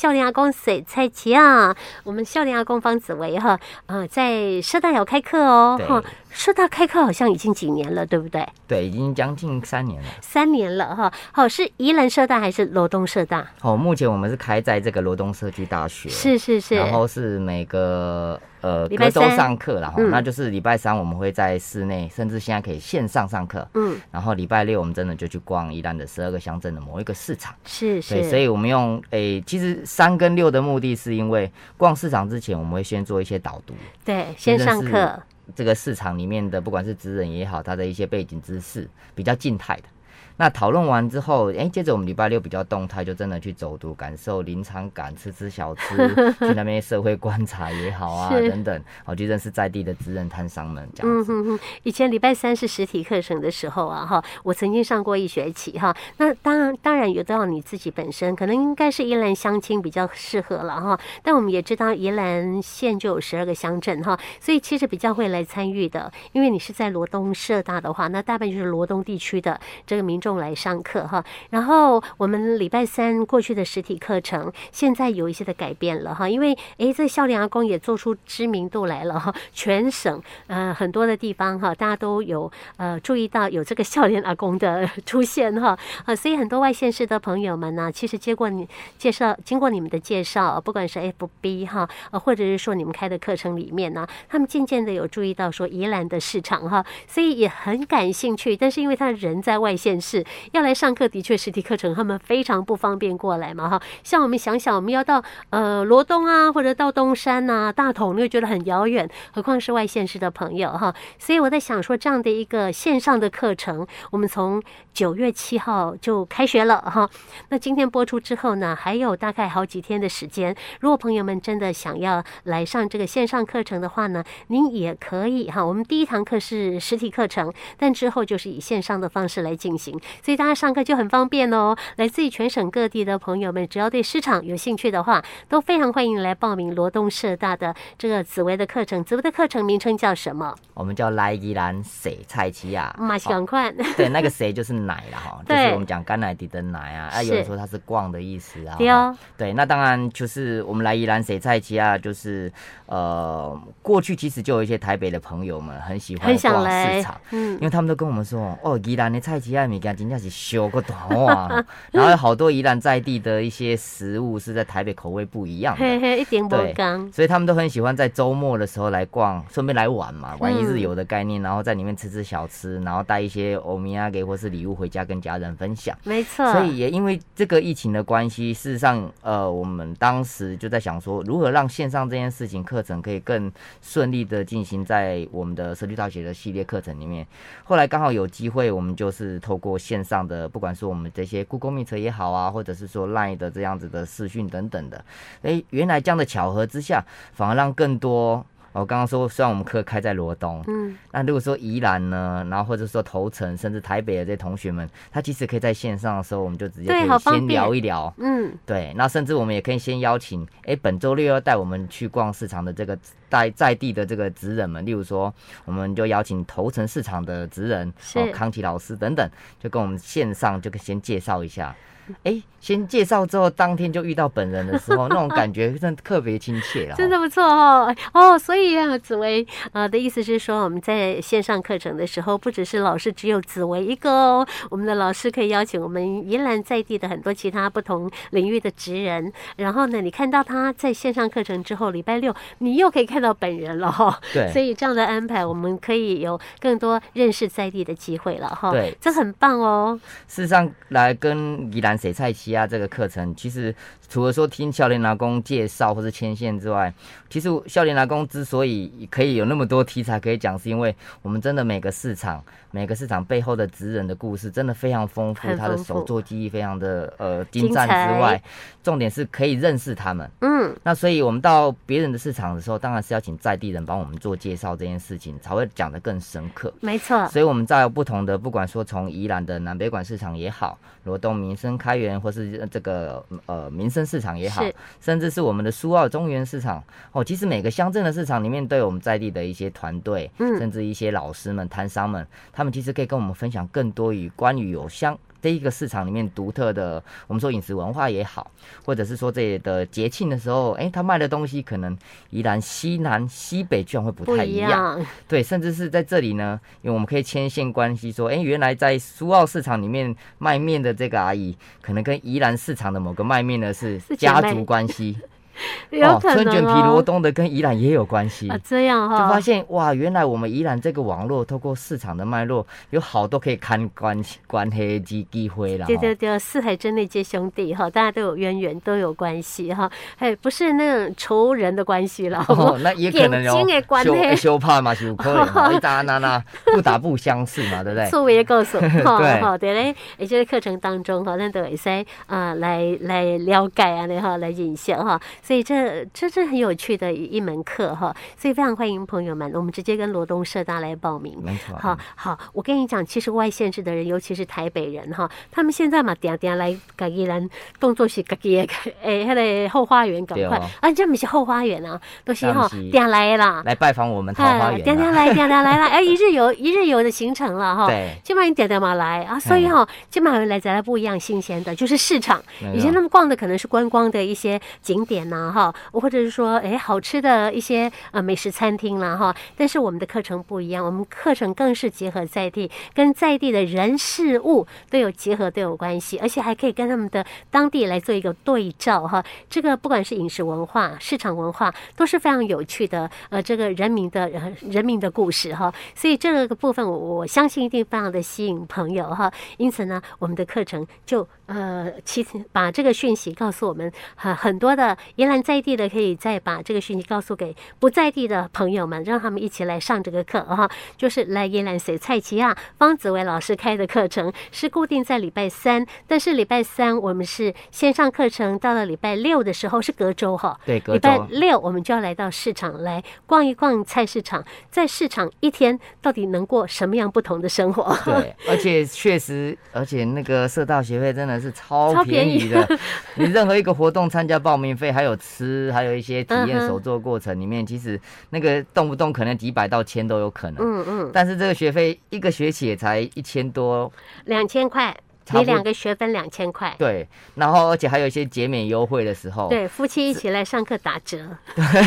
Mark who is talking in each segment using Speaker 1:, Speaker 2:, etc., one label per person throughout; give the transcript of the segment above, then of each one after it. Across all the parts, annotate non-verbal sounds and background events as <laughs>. Speaker 1: 笑脸阿公水菜奇啊，我们笑脸阿公方子维哈，呃，在社大有开课哦，
Speaker 2: 对
Speaker 1: 哈，社大开课好像已经几年了，对不对？
Speaker 2: 对，已经将近三年了。
Speaker 1: 三年了哈，好是宜兰社大还是罗东社大？
Speaker 2: 哦，目前我们是开在这个罗东社区大学，，
Speaker 1: 是是是，
Speaker 2: 然后是每个呃
Speaker 1: 礼拜
Speaker 2: 隔周
Speaker 1: 三
Speaker 2: 上课啦，哈、
Speaker 1: 嗯
Speaker 2: 那就是礼拜三我们会在室内，甚至现在可以线上上课。
Speaker 1: 嗯，
Speaker 2: 然后礼拜六我们真的就去逛宜兰的十二个乡镇的某一个市场，
Speaker 1: 是
Speaker 2: 对，
Speaker 1: 是，
Speaker 2: 所以我们用诶、其实三跟六的目的是因为逛市场之前，我们会先做一些导读，
Speaker 1: 对，先上
Speaker 2: 真
Speaker 1: 课
Speaker 2: 的是这个市场里面的，不管是职人也好，他的一些背景知识比较静态的。那讨论完之后，哎、接着我们礼拜六比较动态，就真的去走读，感受临场感，吃吃小
Speaker 1: <laughs>
Speaker 2: 吃，去那边社会观察也好啊，
Speaker 1: 是
Speaker 2: 等等，好去认识在地的职人摊商们这样
Speaker 1: 嗯
Speaker 2: 子。
Speaker 1: 哼哼，以前礼拜三是实体课程的时候啊，哈，我曾经上过一学期哈。那当然，当然有到你自己本身，可能应该是宜兰乡亲比较适合了哈。但我们也知道宜兰县就有十二个乡镇哈，所以其实比较会来参与的，因为你是在罗东社大的话，那大半就是罗东地区的这个民众来上课哈。然后我们礼拜三过去的实体课程，现在有一些的改变了哈，因为诶，这个笑脸阿公也做出知名度来了哈，全省呃很多的地方哈，大家都有呃注意到有这个笑脸阿公的出现哈，啊，所以很多外县市的朋友们呢，其实接过你介绍，经过你们的介绍，不管是 FB 哈，呃，或者是说你们开的课程里面呢，他们渐渐的有注意到说宜兰的市场哈，所以也很感兴趣。但是因为他人在外县市，要来上课的确实体课程他们非常不方便过来嘛哈。像我们想想，我们要到呃罗东啊，或者到东山呐、大同，又觉得很遥远，何况是外县市的朋友哈。所以我在想说，这样的一个线上的课程，我们从九月七号就开学了哈。那今天播出之后呢，还有大概好几天的时间。如果朋友们真的想要来上这个线上课程的话呢，您也可以哈。我们第一堂课是实体课程，但之后就是以线上的方式来进行，所以大家上课就很方便哦。来自于全省各地的朋友们，只要对市场有兴趣的话，都非常欢迎来报名罗东社大的这个紫薇的课程。紫薇的课程名称叫什么？
Speaker 2: 我们叫来宜兰水菜奇亚，
Speaker 1: 马西赶快，
Speaker 2: 对，那个谁就是奶啦哈，就
Speaker 1: <laughs> 对
Speaker 2: 是我们讲甘乃迪的奶啊，啊，有人
Speaker 1: 是
Speaker 2: 说它是逛的意思啊。
Speaker 1: 对哦，
Speaker 2: 对，那当然就是我们来宜兰水菜奇啊，就是呃，过去其实就有一些台北的朋友们很喜欢
Speaker 1: 很想
Speaker 2: 逛
Speaker 1: 来
Speaker 2: 市场。，
Speaker 1: 嗯
Speaker 2: 因，为他们都跟我们说，哦，宜兰的菜奇啊，物件真正是小个大
Speaker 1: <laughs>
Speaker 2: 碗，然后有好多宜兰在地的一些食物是在台北口味不一
Speaker 1: <laughs>
Speaker 2: 样的
Speaker 1: 嘿，嘿，一点不
Speaker 2: 对
Speaker 1: 刚。
Speaker 2: 所以他们都很喜欢在周末的时候来逛，顺便来玩
Speaker 1: 嗯
Speaker 2: 嘛，玩一日游的概念，然后在里面吃吃小吃，然后带一些欧米亚给或是礼物回家跟家人分享。
Speaker 1: 没错，
Speaker 2: 所以也因为这个疫情的关系，事实上，呃，我们当时就在想说，如何让线上这件事情课程可以更顺利的进行在我们的社区大学的系列课程里面。后来刚好有机会，我们就是透过线上的，不管是我们这些 Google Meet 也好啊，或者是说 Line 的这样子的视讯等等的，诶，原来这样的巧合之下，反而让更多。我刚刚说，虽然我们课开在罗东，
Speaker 1: 嗯，
Speaker 2: 那如果说宜兰呢，然后或者说头城，甚至台北的这些同学们，他其实可以在线上的时候，我们就直接
Speaker 1: 对
Speaker 2: 可
Speaker 1: 好
Speaker 2: 以
Speaker 1: 方
Speaker 2: 先
Speaker 1: 便
Speaker 2: 聊一聊。
Speaker 1: 嗯，
Speaker 2: 对，那甚至我们也可以先邀请，哎，本周六要带我们去逛市场的这个在在地的这个职人们，例如说，我们就邀请头城市场的职人，
Speaker 1: 是
Speaker 2: 哦，康琪老师等等，就跟我们线上就先介绍一下。哎，先介绍之后，当天就遇到本人的
Speaker 1: <laughs>
Speaker 2: 时候，那种感觉真的特别亲切了。
Speaker 1: 真的不错哦哦，所以啊，紫薇呃的意思是说，我们在线上课程的时候，不只是老师只有紫薇一个哦，我们的老师可以邀请我们宜兰在地的很多其他不同领域的职人，然后呢，你看到他在线上课程之后，礼拜六你又可以看到本人了哈、
Speaker 2: 对
Speaker 1: 所以这样的安排，我们可以有更多认识在地的机会了哈、
Speaker 2: 对
Speaker 1: 这很棒哦，
Speaker 2: 事实上，来跟宜兰水菜西啊这个课程，其实除了说听笑脸拿工介绍或是牵线之外，其实笑脸拿工之所以可以有那么多题材可以讲，是因为我们真的每个市场，每个市场背后的职人的故事真的非常丰富
Speaker 1: 很，丰
Speaker 2: 他
Speaker 1: 富
Speaker 2: 的手作技艺非常的呃
Speaker 1: 精
Speaker 2: 精湛之
Speaker 1: 彩
Speaker 2: 外，重点是可以认识他们。
Speaker 1: 嗯，
Speaker 2: 那所以我们到别人的市场的时候，当然是要请在地人帮我们做介绍这件事情，才会讲得更深刻。
Speaker 1: 没错，
Speaker 2: 所以我们在不同的，不管说从宜兰的南北管市场也好，罗东民生开源，或是呃这个呃民生市场也好
Speaker 1: 是，
Speaker 2: 甚至是我们的苏澳中原市场哦，其实每个乡镇的市场里面都有我们在地的一些团队，
Speaker 1: 嗯
Speaker 2: 甚至一些老师们、摊商们，他们其实可以跟我们分享更多于关于有相这一个市场里面独特的，我们说饮食文化也好，或者是说这里的节庆的时候，哎，他卖的东西可能宜兰西南西北居然会不
Speaker 1: 不
Speaker 2: 太
Speaker 1: 一
Speaker 2: 一样。
Speaker 1: 样，
Speaker 2: 对，甚至是在这里呢，因为我们可以牵线关系说，哎，原来在苏澳市场里面卖面的这个阿姨，可能跟宜兰市场的某个卖面的是
Speaker 1: 是姐
Speaker 2: 家
Speaker 1: 妹
Speaker 2: 族关系，
Speaker 1: <laughs> 有可
Speaker 2: 春卷
Speaker 1: 能
Speaker 2: 皮罗
Speaker 1: 哦。
Speaker 2: 东的跟宜兰也有关系。
Speaker 1: 啊，这样
Speaker 2: 就
Speaker 1: 哈、
Speaker 2: 发现哇，原来我们宜兰这个网络，透过市场的脉络，有好多可以看关关黑机机会啦。
Speaker 1: 对
Speaker 2: 吼
Speaker 1: 对对，四海之内皆兄弟哈，大家都有渊源，都有关系哈，哎，不是那种仇人的关系了，好不好
Speaker 2: 哦，那也可能有
Speaker 1: 眼睛的关
Speaker 2: 修
Speaker 1: 系哦
Speaker 2: 修怕嘛，修可能嘛，一打那那不打不相识嘛，
Speaker 1: <laughs>
Speaker 2: 对不对？
Speaker 1: 作为告
Speaker 2: <laughs>
Speaker 1: 诉，吼
Speaker 2: 对
Speaker 1: 吼，伫咧诶，即个课程当中吼，咱都会使啊来来了解啊，尼吼来认识哈，所以这这是很有趣的一一门课哈，所以非常欢迎朋友们，我们直接跟罗东社大来报名。
Speaker 2: 没错。
Speaker 1: 好好，我跟你讲，其实外县市的人，尤其是台北人哈，他们现在嘛，定定来家己人当做是家己的诶，迄、个后花园赶
Speaker 2: 对
Speaker 1: 快
Speaker 2: 哦，
Speaker 1: 啊，这不是后花园啊，都、是吼
Speaker 2: 当时
Speaker 1: 定来的啦，
Speaker 2: 嗯来拜访我们桃花啊
Speaker 1: 哎，
Speaker 2: 源
Speaker 1: 定定
Speaker 2: 啦。
Speaker 1: 来，定定来啦，哎，一日游一日游的行程了哈。
Speaker 2: <laughs> 对，哎
Speaker 1: 今晚你点点嘛来啊，所以哈、今晚来咱来不一样新鲜的，就是市场。
Speaker 2: 没有
Speaker 1: 以前他们逛的可能是观光的一些景点呐、哈，或者是说哎好吃的一些呃美食餐厅啦、哈，但是我们的课程不一样，我们课程更是结合在地，跟在地的人事物都有结合都有关系，而且还可以跟他们的当地来做一个对照哈。这个不管是饮食文化、市场文化，都是非常有趣的。呃，这个人民的、呃、人民的故事哈，所以这个部分我我相信一定非常的吸引朋友哈。因此呢，我们的课程就呃，其实把这个讯息告诉我们，很、很多的宜兰在地的可以再把这个讯息告诉给不在地的朋友们，让他们一起来上这个课哈。就是来宜兰水蔡奇亚方子维老师开的课程是固定在礼拜三，但是礼拜三我们是线上课程，到了礼拜六的时候是隔周哈，
Speaker 2: 对，隔
Speaker 1: 礼拜
Speaker 2: 周
Speaker 1: 六我们就要来到市场来逛一逛菜市场，在市场一天到底能过什么样不同的生活？
Speaker 2: <laughs> 对，而且确实，而且那个社大学费真的是
Speaker 1: 超
Speaker 2: 超
Speaker 1: 便
Speaker 2: 便
Speaker 1: 宜
Speaker 2: 宜的。
Speaker 1: <laughs>
Speaker 2: 你任何一个活动参加报名费，还有吃，还有一些体验
Speaker 1: 嗯哼
Speaker 2: 手作过程里面，其实那个动不动可能几百到千都有可
Speaker 1: <laughs>
Speaker 2: 能。
Speaker 1: 嗯嗯，
Speaker 2: 但是这个学费一个学期也才一千多，
Speaker 1: 两千块，
Speaker 2: 差
Speaker 1: 你
Speaker 2: 不多
Speaker 1: 两个学分两千块。
Speaker 2: 对，然后而且还有一些减免优惠的时候，
Speaker 1: 对，夫妻一起来上课打
Speaker 2: <laughs>
Speaker 1: 折。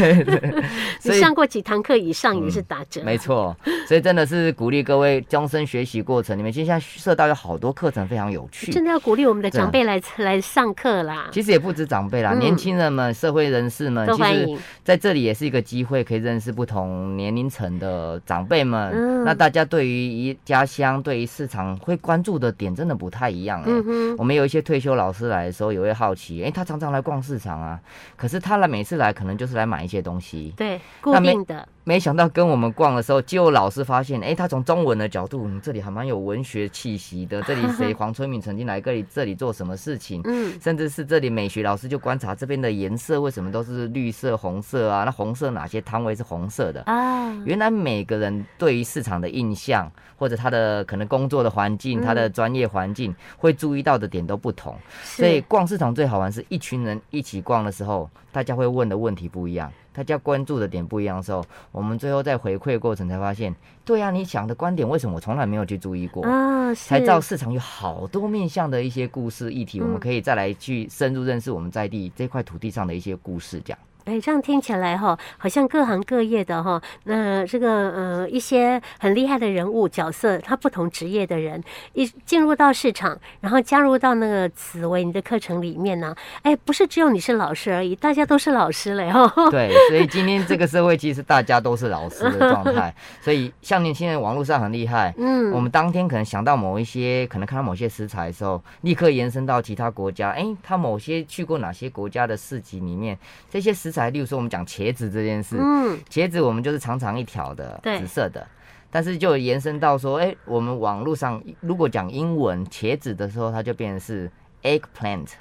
Speaker 1: <laughs> 你
Speaker 2: 所以嗯
Speaker 1: 上过几堂课以上也是打折。
Speaker 2: 没错，所以真的是鼓励各位终身学习过程里面，其实现在社大有好多课程非常有趣，
Speaker 1: 真的要鼓励我们的
Speaker 2: 对啊
Speaker 1: 长辈来来上课啦，
Speaker 2: 其实也不止长辈啦，
Speaker 1: 嗯
Speaker 2: 年轻人们、社会人士们，
Speaker 1: 都
Speaker 2: 其
Speaker 1: 欢
Speaker 2: 实
Speaker 1: 迎。
Speaker 2: 在这里也是一个机会，可以认识不同年龄层的长辈们。
Speaker 1: 嗯
Speaker 2: 那大家对于一家乡、对于市场会关注的点，真的不太一样、欸。
Speaker 1: 嗯哼，
Speaker 2: 我们有一些退休老师来的时候，也会好奇，诶，他常常来逛市场啊，可是他来每次来可能就是来买一些东西，
Speaker 1: 对，固
Speaker 2: 那没
Speaker 1: 定的，
Speaker 2: 没想到跟我们逛的时候，就有老师发现，欸诶，他从中文的角度，嗯，这里还蛮有文学气息的，这里
Speaker 1: <laughs>
Speaker 2: 谁黄春明曾经来这里这里做什么事情，
Speaker 1: 嗯，
Speaker 2: 甚至是这里美学老师就观察这边的颜色为什么都是绿色、红色啊？那红色哪些摊位是红色的？
Speaker 1: 啊，
Speaker 2: 原来每个人对于市场的印象，或者他的可能工作的环境、他的专业环境，会注意到的点都不同。所以
Speaker 1: 啊是，
Speaker 2: 逛市场最好玩是一群人一起逛的时候，大家会问的问题不一样，大家关注的点不一样的时候，我们最后在回馈过程才发现，对啊，你想的观点为什么我从来没有去注意过？
Speaker 1: 啊，
Speaker 2: 才知
Speaker 1: 是嗯
Speaker 2: 道，市场有好多面向的一些故事议题，我们可以再来去深入认识我们在地这块土地上的一些故事，
Speaker 1: <laughs>
Speaker 2: 这样。
Speaker 1: 哎，这样听起来哈，好像各行各业的哈，那这个呃一些很厉害的人物角色，他不同职业的人，一进入到市场，然后加入到那个紫薇你的课程里面呢，哎，不是只有你是老师而已，大家都是老师嘞 <laughs> 哈，
Speaker 2: 对，所以今天这个社会其实大家都是老师的状
Speaker 1: <laughs>
Speaker 2: 态，所以像年轻人网络上很厉害。我
Speaker 1: 嗯，
Speaker 2: 们当天可能想到某一些，可能看到某些食材的时候，立刻延伸到其他国家。哎，他某些去过哪些国家的市集里面，这些食材，例如说我们讲茄子这件事，
Speaker 1: 嗯，
Speaker 2: 茄子我们就是长长一条的，
Speaker 1: 对
Speaker 2: 紫色的。但是就延伸到说，哎、我们网络上如果讲英文茄子的时候，它就变成是 eggplant，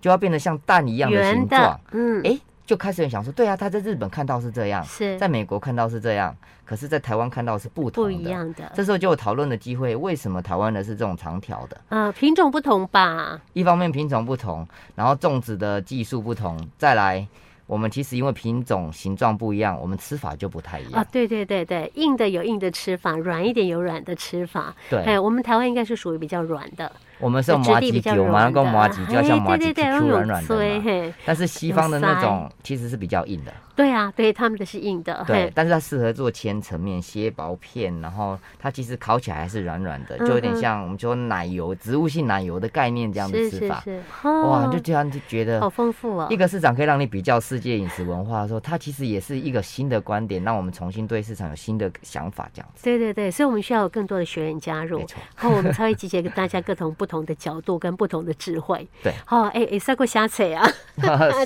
Speaker 2: 就要变得像蛋一样的
Speaker 1: 圆
Speaker 2: 形状
Speaker 1: 的。，嗯，
Speaker 2: 哎、就开始有人想说，对啊，他在日本看到是这样，
Speaker 1: 是
Speaker 2: 在美国看到是这样，可是在台湾看到是不
Speaker 1: 不
Speaker 2: 同的。
Speaker 1: 一样的，
Speaker 2: 这时候就有讨论的机会，为什么台湾的是这种长条的？
Speaker 1: 呃，品种不同吧，
Speaker 2: 一方面品种不同，然后种植的技术不同，再来我们其实因为品种形状不一样，我们吃法就不太一样。
Speaker 1: 啊，对对对对，硬的有硬的吃法，软一点有软的吃法。
Speaker 2: 对，
Speaker 1: 哎哎，我们台湾应该是属于比较软的，
Speaker 2: 我们是用麻
Speaker 1: 质地比
Speaker 2: 吉
Speaker 1: 较
Speaker 2: 球，我们
Speaker 1: 软
Speaker 2: 跟
Speaker 1: 的
Speaker 2: 麻吉就要像
Speaker 1: 哎
Speaker 2: 麻
Speaker 1: 对
Speaker 2: 吉
Speaker 1: 对对
Speaker 2: QQ
Speaker 1: 用
Speaker 2: 软
Speaker 1: 有
Speaker 2: 软
Speaker 1: 吹
Speaker 2: 的嘛。
Speaker 1: 嘿
Speaker 2: 但是西
Speaker 1: 有
Speaker 2: 方的那
Speaker 1: <laughs> 塞
Speaker 2: 种其实是比较硬的，
Speaker 1: 对啊，对，他们的是硬的，
Speaker 2: 对
Speaker 1: 哦嘿，，
Speaker 2: 但是它适合做千层面、蟹薄片，然后它其实烤起来还是软软的，
Speaker 1: 嗯
Speaker 2: 就有点
Speaker 1: 哼
Speaker 2: 像我们说奶油、植物性奶油的概念这样的
Speaker 1: 是
Speaker 2: 吃
Speaker 1: 是
Speaker 2: 法。
Speaker 1: 是，
Speaker 2: 哇，
Speaker 1: 哦
Speaker 2: 就这样就觉得
Speaker 1: 好丰富哦
Speaker 2: 一。个市场可以让你比较世界饮食文化的时候，它其实也是一个新的观点，让我们重新对市场有新的想法，这样 <laughs> 子。
Speaker 1: 对对对，所以我们需要有更多的学员加入，
Speaker 2: 没
Speaker 1: 然
Speaker 2: 错
Speaker 1: 后我们才会集结大家各种不同的角度跟不同的智慧。
Speaker 2: 对，
Speaker 1: 哦，哎哎，赛过瞎扯啊，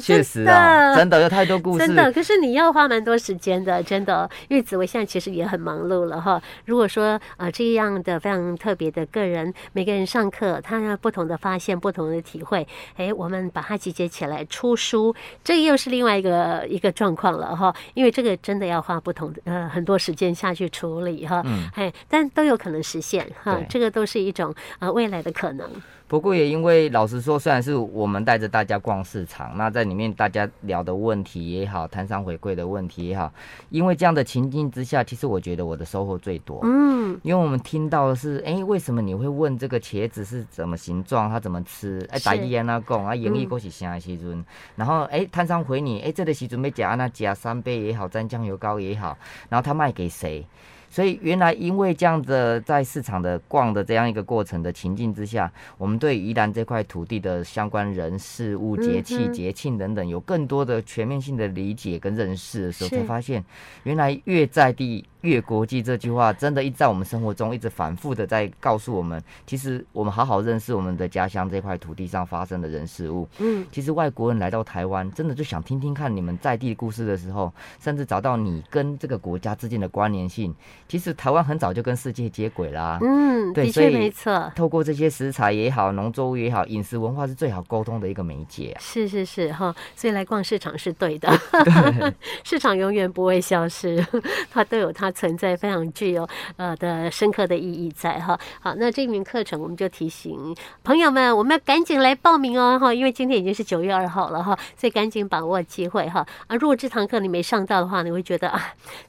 Speaker 2: 确实啊，真的有太多故
Speaker 1: 真的，
Speaker 2: 事。
Speaker 1: 可是你要花蛮多时间的，真的。因为紫薇现在其实也很忙碌了哈。如果说呃这样的非常特别的个人，每个人上课，他要不同的发现、不同的体会，哎，我们把它集结起来出书，这又是另外一个一个状况了哈。因为这个真的要花不同的呃很多时间下去处理哈。嗯。哎，但都有可能实现哈
Speaker 2: 对，
Speaker 1: 这个都是一种呃未来的可能。
Speaker 2: 不过也因为老实说，虽然是我们带着大家逛市场，那在里面大家聊的问题也好，摊商回馈的问题也好，因为这样的情境之下，其实我觉得我的收获最多。
Speaker 1: 嗯，
Speaker 2: 因为我们听到的是，哎、为什么你会问这个茄子是怎么形状，它怎么吃？哎、
Speaker 1: 是嗯
Speaker 2: 大家安那讲，啊，演绎过是啥时阵？然后，哎、摊商回你，哎、这个时准备加那加三杯也好，蘸酱油膏也好，然后他卖给谁？所以原来因为这样的在市场的逛的这样一个过程的情境之下，我们对宜兰这块土地的相关人事物、节
Speaker 1: 嗯
Speaker 2: 气、
Speaker 1: 哼
Speaker 2: 节庆等等，有更多的全面性的理解跟认识的时候，
Speaker 1: 是
Speaker 2: 才发现原来越在地越国际这句话，真的一直在我们生活中一直反复的在告诉我们，其实我们好好认识我们的家乡这块土地上发生的人事物。
Speaker 1: 嗯，
Speaker 2: 其实外国人来到台湾，真的就想听听看你们在地故事的时候，甚至找到你跟这个国家之间的关联性。其实台湾很早就跟世界接轨啦。
Speaker 1: 嗯，
Speaker 2: 对
Speaker 1: 的
Speaker 2: 所
Speaker 1: 确
Speaker 2: 以
Speaker 1: 没错。
Speaker 2: 透过这些食材也好，农作物也好，饮食文化是最好沟通的一个媒介啊。
Speaker 1: 是是是哈，所以来逛市场是对的， <laughs> 市场永远不会消失， <laughs> 它都有它存在非常具有呃的深刻的意义在哈。好，那这门课程我们就提醒朋友们，我们要赶紧来报名哦哈，因为今天已经是九月二号了哈，所以赶紧把握机会哈啊！如果这堂课你没上到的话，你会觉得啊，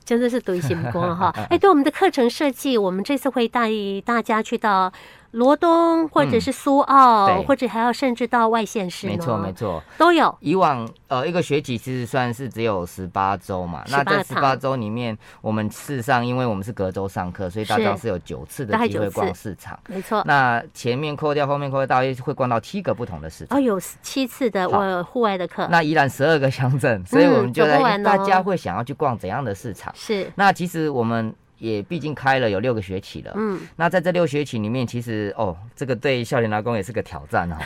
Speaker 1: 真的是堆心光
Speaker 2: <laughs>
Speaker 1: 哈。哎，对我们的课程设计，我们这次会带大家去到。罗东，或者是苏澳，
Speaker 2: 嗯对
Speaker 1: 或者还要甚至到外县市
Speaker 2: 没
Speaker 1: 吗？
Speaker 2: 错，没错。
Speaker 1: 都有，
Speaker 2: 以往呃一个学期其实算是只有十八周嘛，那这
Speaker 1: 18
Speaker 2: 十
Speaker 1: 堂
Speaker 2: 八周里面，我们事实上因为我们是隔周上课，所以大家
Speaker 1: 是
Speaker 2: 是有九次的
Speaker 1: 大概
Speaker 2: 机
Speaker 1: 九
Speaker 2: 会
Speaker 1: 次
Speaker 2: 逛市场。
Speaker 1: 没错。
Speaker 2: 那前面扣掉，后面扣掉，大约会逛到七个不同的市场。
Speaker 1: 哦，有七次的
Speaker 2: 好
Speaker 1: 我户外的课，
Speaker 2: 那宜兰十二个乡镇，所以我们就
Speaker 1: 走
Speaker 2: 在、
Speaker 1: 不完哦
Speaker 2: 大家会想要去逛怎样的市场？
Speaker 1: 是
Speaker 2: 那其实我们也毕竟开了有六个学期了，
Speaker 1: 嗯，
Speaker 2: 那在这六学期里面，其实哦，这个对笑脸劳工也是个挑战
Speaker 1: <laughs>
Speaker 2: 哦。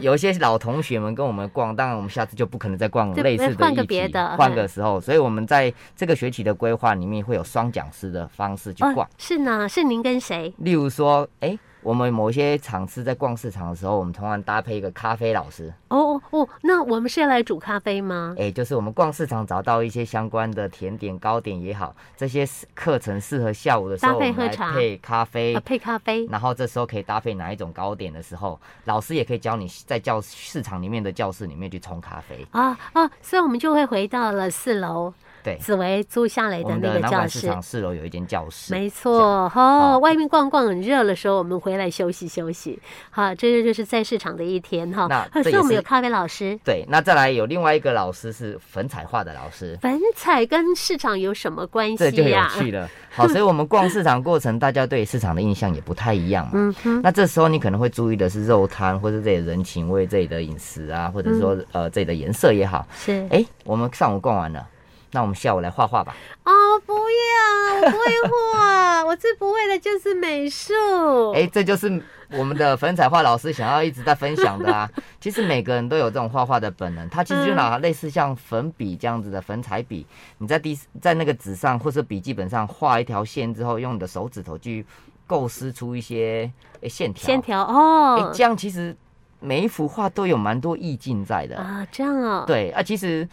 Speaker 2: 有一些老同学们跟我们逛，当然我们下次就不可能再逛
Speaker 1: 对
Speaker 2: 类似的
Speaker 1: 换个
Speaker 2: 议题
Speaker 1: 别的嗯
Speaker 2: 换个时候。所以我们在这个学期的规划里面会有双讲师的方式去逛
Speaker 1: 哦，，是呢，是您跟谁？
Speaker 2: 例如说，哎。我们某一些场次在逛市场的时候，我们通常搭配一个咖啡老师，
Speaker 1: 哦哦哦，那我们是要来煮咖啡吗？
Speaker 2: 哎、就是我们逛市场找到一些相关的甜点、糕点也好，这些课程适合下午的时候，
Speaker 1: 搭
Speaker 2: 我
Speaker 1: 配
Speaker 2: 们来
Speaker 1: 喝茶
Speaker 2: 配咖啡
Speaker 1: 啊，，配咖啡，
Speaker 2: 然后这时候可以搭配哪一种糕点的时候，老师也可以教你在教市场里面的教室里面去冲咖啡。
Speaker 1: 啊哦，所以我们就会回到了四楼，
Speaker 2: 对，
Speaker 1: 紫薇租下来
Speaker 2: 我
Speaker 1: 的
Speaker 2: 们
Speaker 1: 那
Speaker 2: 的
Speaker 1: 个
Speaker 2: 南
Speaker 1: 教
Speaker 2: 管市
Speaker 1: 室。
Speaker 2: 场四楼有一间教室。
Speaker 1: 没
Speaker 2: 这样，
Speaker 1: 错，哦，
Speaker 2: 好
Speaker 1: 外面逛逛很热的时候，我们回来休息休息。好，这就是在市场的一天哈。
Speaker 2: 那
Speaker 1: 啊
Speaker 2: 这
Speaker 1: 所以
Speaker 2: 也
Speaker 1: 我们
Speaker 2: 是
Speaker 1: 有咖啡老师，
Speaker 2: 对，那再来有另外一个老师是粉彩画的老师。
Speaker 1: 粉彩跟市场有什么关
Speaker 2: 这就
Speaker 1: 系啊
Speaker 2: 有
Speaker 1: 呀？
Speaker 2: 趣了。好，所以我们逛市场过程，大家对市场的印象也不太一样嘛。
Speaker 1: 嗯哼，
Speaker 2: 那这时候你可能会注意的是肉摊，或是这里的人情味、这里的饮食啊，或者
Speaker 1: 嗯
Speaker 2: 说呃这里的颜色也好。
Speaker 1: 是。
Speaker 2: 哎，我们上午逛完了，那我们下午来画画吧。
Speaker 1: 哦，不要，我不会画，
Speaker 2: <laughs>
Speaker 1: 我最不会的就是美术。
Speaker 2: 哎、这就是我们的粉彩画老师想要一直在分享
Speaker 1: <laughs>
Speaker 2: 的啊。其实每个人都有这种画画的本能，他其实就
Speaker 1: 嗯
Speaker 2: 拿类似像粉笔这样子的粉彩笔，你在第在那个纸上或是笔记本上画一条线之后，用你的手指头去构思出一些、诶线条。
Speaker 1: 线条
Speaker 2: 哎、
Speaker 1: 哦
Speaker 2: 这，样其
Speaker 1: 嗯
Speaker 2: 实每一幅画都有蛮多意境在的。
Speaker 1: 啊，这样哦，
Speaker 2: 对啊，其实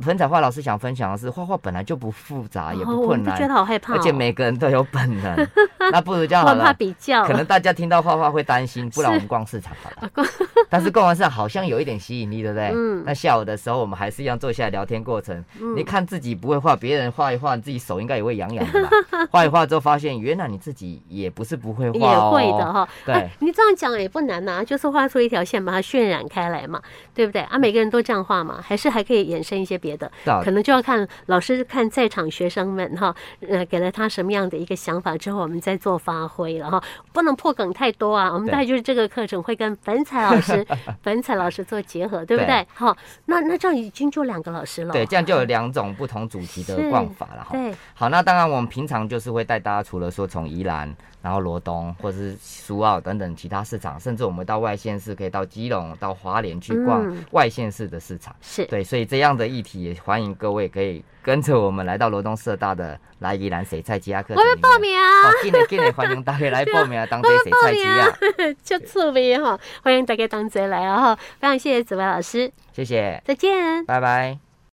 Speaker 2: 彭彩画老师想分享的是，画画本来就不复杂，啊也
Speaker 1: 哦
Speaker 2: 不
Speaker 1: 我
Speaker 2: 困
Speaker 1: 们都
Speaker 2: 难，
Speaker 1: 觉得好害怕、
Speaker 2: 而且每个人都有本能。
Speaker 1: <laughs>
Speaker 2: 那不如这样
Speaker 1: 我
Speaker 2: 好
Speaker 1: 很怕
Speaker 2: 了，
Speaker 1: 比较，啊
Speaker 2: 可能大家听到画画会担
Speaker 1: <laughs>
Speaker 2: 心，不然
Speaker 1: 哦是哦
Speaker 2: 我们逛市场好了。 <laughs> 但是逛完市场好像有一点吸引力，对不对？
Speaker 1: 嗯
Speaker 2: 那下午的时候，我们还是一样坐下来聊天过程。你看自己不会画，别人画一画，你自己手应该也会痒痒的
Speaker 1: <laughs>
Speaker 2: 吧？画一画之后，发现原来你自己也不是不会
Speaker 1: 也
Speaker 2: 画哦。
Speaker 1: 会的哈、
Speaker 2: 对
Speaker 1: 哎你这样讲也不难呐、就是画出一条线，把它渲染开来嘛，对不对？啊，每个人都这样画嘛，还是还可以衍生一些别的，
Speaker 2: 对啊
Speaker 1: 可能就要看老师看在场学生们哈，呃，给了他什么样的一个想法之后，我们再做发挥了哈，不能破梗太多啊。我们
Speaker 2: 对
Speaker 1: 大概就是这个课程会跟本彩老
Speaker 2: <laughs>
Speaker 1: 师、本彩老师做结合，对不对
Speaker 2: 对？
Speaker 1: 好，那那这样已经就两个老师了，
Speaker 2: 对，这样就有两种不同主题的
Speaker 1: 是
Speaker 2: 逛法了哈。
Speaker 1: 对
Speaker 2: 好，那当然我们平常就是会带大家，除了说从宜兰，然后罗东或是苏澳等等其他市场，甚至我们到外县市，可以到基隆、到花莲去逛
Speaker 1: 嗯
Speaker 2: 外县市的市场。
Speaker 1: 是
Speaker 2: 对，所以这样的议题也欢迎各位可以跟着我们来到罗东社大的来宜兰水菜鸡鸭课程里面。我
Speaker 1: 报名啊。
Speaker 2: 哦，进来进来，欢迎大家来报名啊，当这水菜鸡鸭，
Speaker 1: 啊就趣味哈，欢迎大家当贼来啊哈！非常谢谢紫薇老师，
Speaker 2: 谢谢，
Speaker 1: 再见。
Speaker 2: 拜拜。